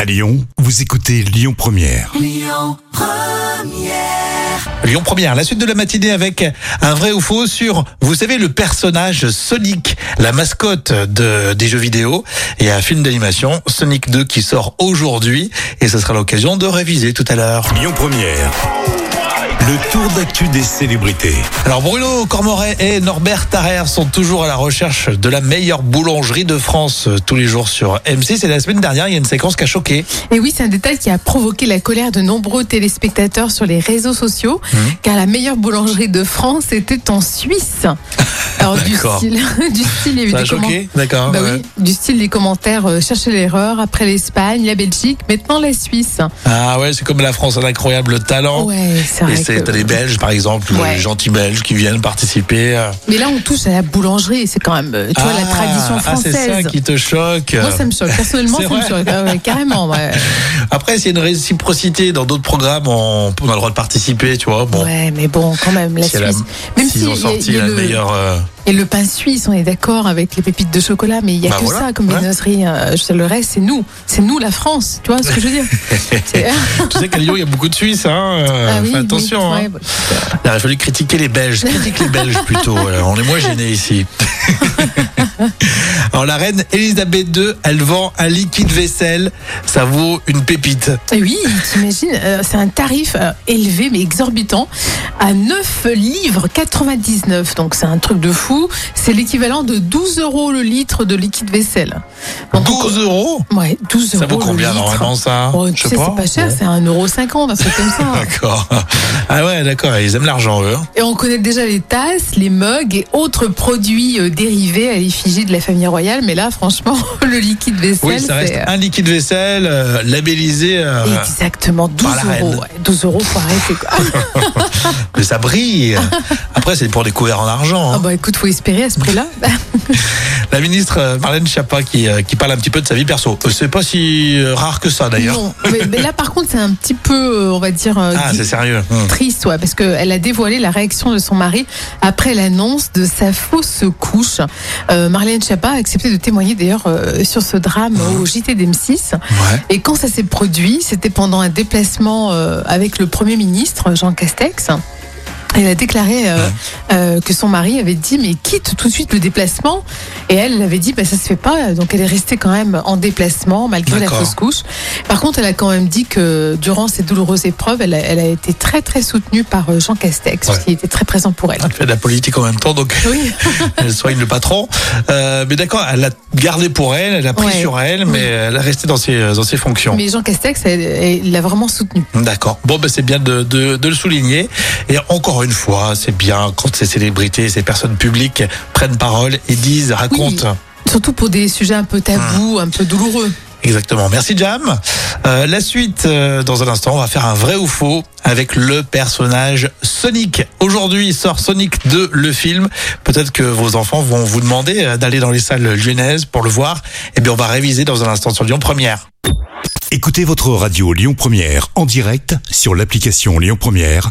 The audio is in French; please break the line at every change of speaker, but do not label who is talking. À Lyon, vous écoutez Lyon Première.
Lyon Première, la suite de la matinée avec un vrai ou faux sur, vous savez, le personnage Sonic, la mascotte de, des jeux vidéo, et un film d'animation, Sonic 2, qui sort aujourd'hui, et ce sera l'occasion de réviser tout à l'heure.
Lyon Première. Le tour d'actu des célébrités.
Alors Bruno Cormoret et Norbert Tarrer sont toujours à la recherche de la meilleure boulangerie de France euh, tous les jours sur M6, et la semaine dernière, il y a une séquence qui a choqué.
Et oui, c'est un détail qui a provoqué la colère de nombreux téléspectateurs sur les réseaux sociaux,
Mmh.
car la meilleure boulangerie de France était en Suisse. Alors du
D'accord.
style, du style, il y a eu
Ça a
des commentaires.
choqué D'accord.
Bah
ouais.
oui, du style des commentaires, euh, cherchez l'erreur, après l'Espagne, la Belgique, maintenant la Suisse.
Ah ouais, c'est comme la France, un incroyable talent.
Ouais, c'est
Et
vrai.
c'est
que-
t'as les Belges, par exemple,
Ouais.
les gentils Belges qui viennent participer. euh,
Mais là, on touche à la boulangerie, c'est quand même, euh, tu vois, la tradition
Ah, c'est
française.
ça qui te choque.
Moi, ça me choque. Personnellement,
C'est
ça me
vrai.
choque. Ah ouais, carrément, ouais.
Après, s'il y a une réciprocité dans d'autres programmes, on, on a le droit de participer, tu vois. Bon,
Ouais, mais bon, quand même, la
Si elle a-
Suisse. Même
s'ils
si
ont
il y a- il
sorti
y a
la
le-
meilleure. euh,
Et le pain suisse, on est d'accord avec les pépites de chocolat, mais il n'y a
Bah
que
voilà,
ça comme
ouais.
viennoiserie. Euh, je- Le reste, c'est nous. C'est nous, la France. Tu vois ce que je veux dire C'est-
tu sais qu'à Lyon, il y a beaucoup de Suisses, hein. euh,
Ah oui,
fais
oui,
attention,
ouais,
hein.
bah,
Il aurait fallu critiquer les Belges. Critique les Belges plutôt. voilà. On est moins gênés ici. Alors, la reine Elisabeth II, elle vend un liquide vaisselle. Ça vaut une pépite.
Et oui, t'imagines, euh, c'est un tarif euh, élevé mais exorbitant à 9 livres 99. Donc c'est un truc de fou. C'est l'équivalent de 12 euros le litre de liquide vaisselle. Donc,
12 euros
Ouais, 12 euros.
Ça vaut
le
combien
litre.
normalement, ça hein
Oh, tu sais, c'est pas cher,
Bon.
c'est 1,50€, un truc comme ça. hein.
D'accord. Ah ouais, d'accord. Ils aiment l'argent, eux. hein.
Et on connaît déjà les tasses, les mugs et autres produits euh, dérivés à l'effigie de la famille royale. Mais là, franchement, le liquide vaisselle,
Oui, ça reste
c'est. euh,
un liquide vaisselle euh, labellisé. euh,
Exactement, 12
Par la
euros.
reine.
ouais. 12 euros, faut arrêter. Quoi.
mais ça brille. Après, c'est pour découvrir en argent.
Ah
hein.
bah écoute, faut espérer à ce prix-là.
La ministre euh, Marlène Schiappa qui, euh, qui parle un petit peu de sa vie perso. Euh, C'est pas si euh, rare que ça d'ailleurs.
Non, mais, mais là par contre c'est un petit peu, euh, on va dire, euh,
Ah,
gui-
c'est sérieux. Hmm.
triste, ouais, parce qu'elle a dévoilé la réaction de son mari après l'annonce de sa fausse couche. Euh, Marlène Schiappa a accepté de témoigner d'ailleurs euh, sur ce drame
Oh.
au JT d'M6.
Ouais.
Et quand ça s'est produit, c'était pendant un déplacement euh, avec le Premier ministre Jean Castex. Elle a déclaré euh, euh, que son mari avait dit mais quitte tout de suite le déplacement et elle elle avait dit bah ça se fait pas donc elle est restée quand même en déplacement malgré la
D'accord.
fausse couche. Par contre elle a quand même dit que durant ces douloureuses épreuves elle a, elle a été très très soutenue par euh, Jean Castex
Ouais. Ah.
qui était très présent pour elle.
Elle fait de la politique en même temps, donc
Oui.
elle soigne le patron. Euh, mais d'accord, elle l'a gardé pour elle, elle l'a pris
Ouais.
sur elle, mais elle a resté dans ses, euh, dans ses fonctions.
Mais Jean Castex elle- elle l'a vraiment soutenue.
D'accord. Bon, ben, c'est bien de, de, de le souligner. Et encore une fois, c'est bien quand ces célébrités, ces personnes publiques prennent parole et disent, racontent.
Surtout pour des sujets un peu tabous,
Hum.
un peu douloureux.
Exactement. Merci, Jam. Euh, la suite, euh, dans un instant, on va faire un vrai ou faux avec le personnage Sonic. Aujourd'hui, il sort Sonic 2, le film. Peut-être que vos enfants vont vous demander euh, d'aller dans les salles lyonnaises pour le voir. Eh bien, on va réviser dans un instant sur Lyon Première.
Écoutez votre radio Lyon Première en direct sur l'application Lyon Première,